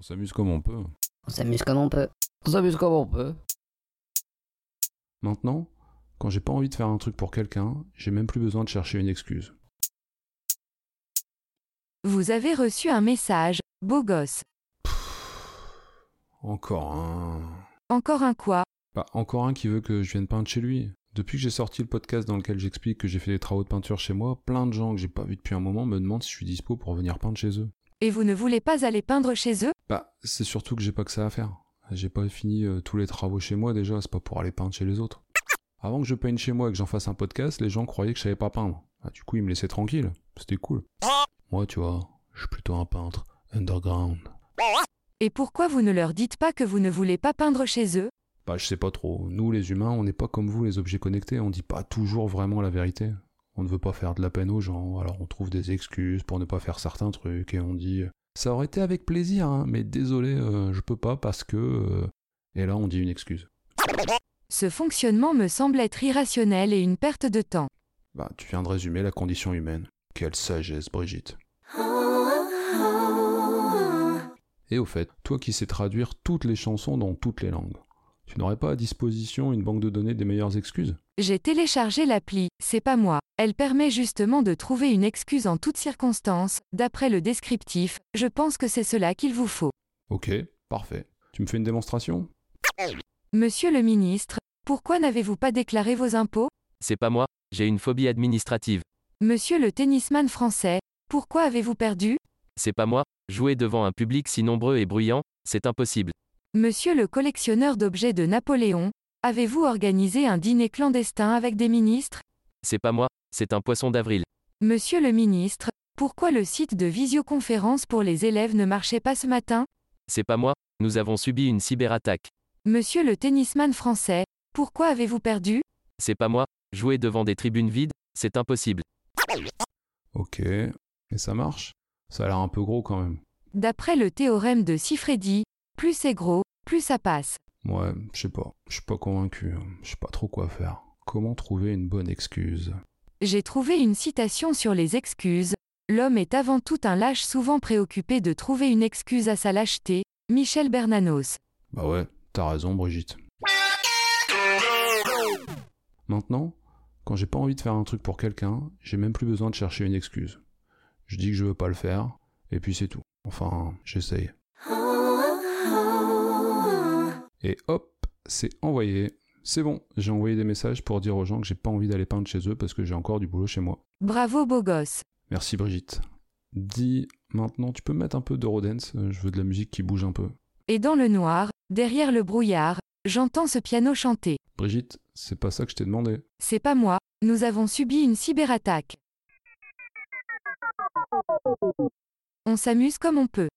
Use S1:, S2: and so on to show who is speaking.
S1: s'amuse comme on peut.
S2: On s'amuse comme on peut. On s'amuse comme on peut.
S1: Maintenant, quand j'ai pas envie de faire un truc pour quelqu'un, j'ai même plus besoin de chercher une excuse.
S3: Vous avez reçu un message, beau gosse.
S1: Encore un.
S3: Encore un quoi
S1: Bah, encore un qui veut que je vienne peindre chez lui. Depuis que j'ai sorti le podcast dans lequel j'explique que j'ai fait des travaux de peinture chez moi, plein de gens que j'ai pas vus depuis un moment me demandent si je suis dispo pour venir peindre chez eux.
S3: Et vous ne voulez pas aller peindre chez eux
S1: Bah, c'est surtout que j'ai pas que ça à faire. J'ai pas fini euh, tous les travaux chez moi déjà, c'est pas pour aller peindre chez les autres. Avant que je peigne chez moi et que j'en fasse un podcast, les gens croyaient que je savais pas peindre. Ah, du coup, ils me laissaient tranquille. C'était cool. Moi, tu vois, je suis plutôt un peintre underground.
S3: Et pourquoi vous ne leur dites pas que vous ne voulez pas peindre chez eux
S1: Bah, je sais pas trop. Nous, les humains, on n'est pas comme vous, les objets connectés. On dit pas toujours vraiment la vérité. On ne veut pas faire de la peine aux gens, alors on trouve des excuses pour ne pas faire certains trucs et on dit euh, ça aurait été avec plaisir, hein, mais désolé, euh, je peux pas parce que. euh, Et là, on dit une excuse.
S3: Ce fonctionnement me semble être irrationnel et une perte de temps.
S1: Bah, tu viens de résumer la condition humaine. Quelle sagesse, Brigitte. Et au fait, toi qui sais traduire toutes les chansons dans toutes les langues, tu n'aurais pas à disposition une banque de données des meilleures excuses
S3: J'ai téléchargé l'appli, c'est pas moi. Elle permet justement de trouver une excuse en toutes circonstances. D'après le descriptif, je pense que c'est cela qu'il vous faut.
S1: Ok, parfait. Tu me fais une démonstration
S3: Monsieur le ministre, pourquoi n'avez-vous pas déclaré vos impôts
S4: C'est pas moi, j'ai une phobie administrative.
S3: Monsieur le tennisman français, pourquoi avez-vous perdu
S4: C'est pas moi, jouer devant un public si nombreux et bruyant, c'est impossible.
S3: Monsieur le collectionneur d'objets de Napoléon, avez-vous organisé un dîner clandestin avec des ministres
S4: C'est pas moi, c'est un poisson d'avril.
S3: Monsieur le ministre, pourquoi le site de visioconférence pour les élèves ne marchait pas ce matin
S4: C'est pas moi, nous avons subi une cyberattaque.
S3: Monsieur le tennisman français, pourquoi avez-vous perdu
S4: C'est pas moi, jouer devant des tribunes vides, c'est impossible.
S1: Ok. Et ça marche Ça a l'air un peu gros quand même.
S3: D'après le théorème de Sifredi, plus c'est gros, plus ça passe.
S1: Ouais, je sais pas. Je suis pas convaincu. hein. Je sais pas trop quoi faire. Comment trouver une bonne excuse
S3: J'ai trouvé une citation sur les excuses. L'homme est avant tout un lâche souvent préoccupé de trouver une excuse à sa lâcheté. Michel Bernanos.
S1: Bah ouais, t'as raison, Brigitte. Maintenant, quand j'ai pas envie de faire un truc pour quelqu'un, j'ai même plus besoin de chercher une excuse. Je dis que je veux pas le faire, et puis c'est tout. Enfin, j'essaye. Et hop, c'est envoyé. C'est bon, j'ai envoyé des messages pour dire aux gens que j'ai pas envie d'aller peindre chez eux parce que j'ai encore du boulot chez moi.
S3: Bravo beau gosse.
S1: Merci Brigitte. Dis maintenant, tu peux mettre un peu d'Eurodance, euh, je veux de la musique qui bouge un peu.
S3: Et dans le noir, derrière le brouillard, j'entends ce piano chanter.
S1: Brigitte, c'est pas ça que je t'ai demandé.
S3: C'est pas moi, nous avons subi une cyberattaque. On s'amuse comme on peut.